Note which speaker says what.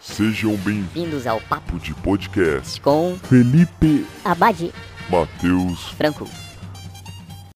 Speaker 1: Sejam
Speaker 2: Bem-vindos ao Papo
Speaker 1: bem-vindos de podcast
Speaker 2: com
Speaker 1: Felipe
Speaker 2: Abade
Speaker 1: Matheus
Speaker 2: Franco.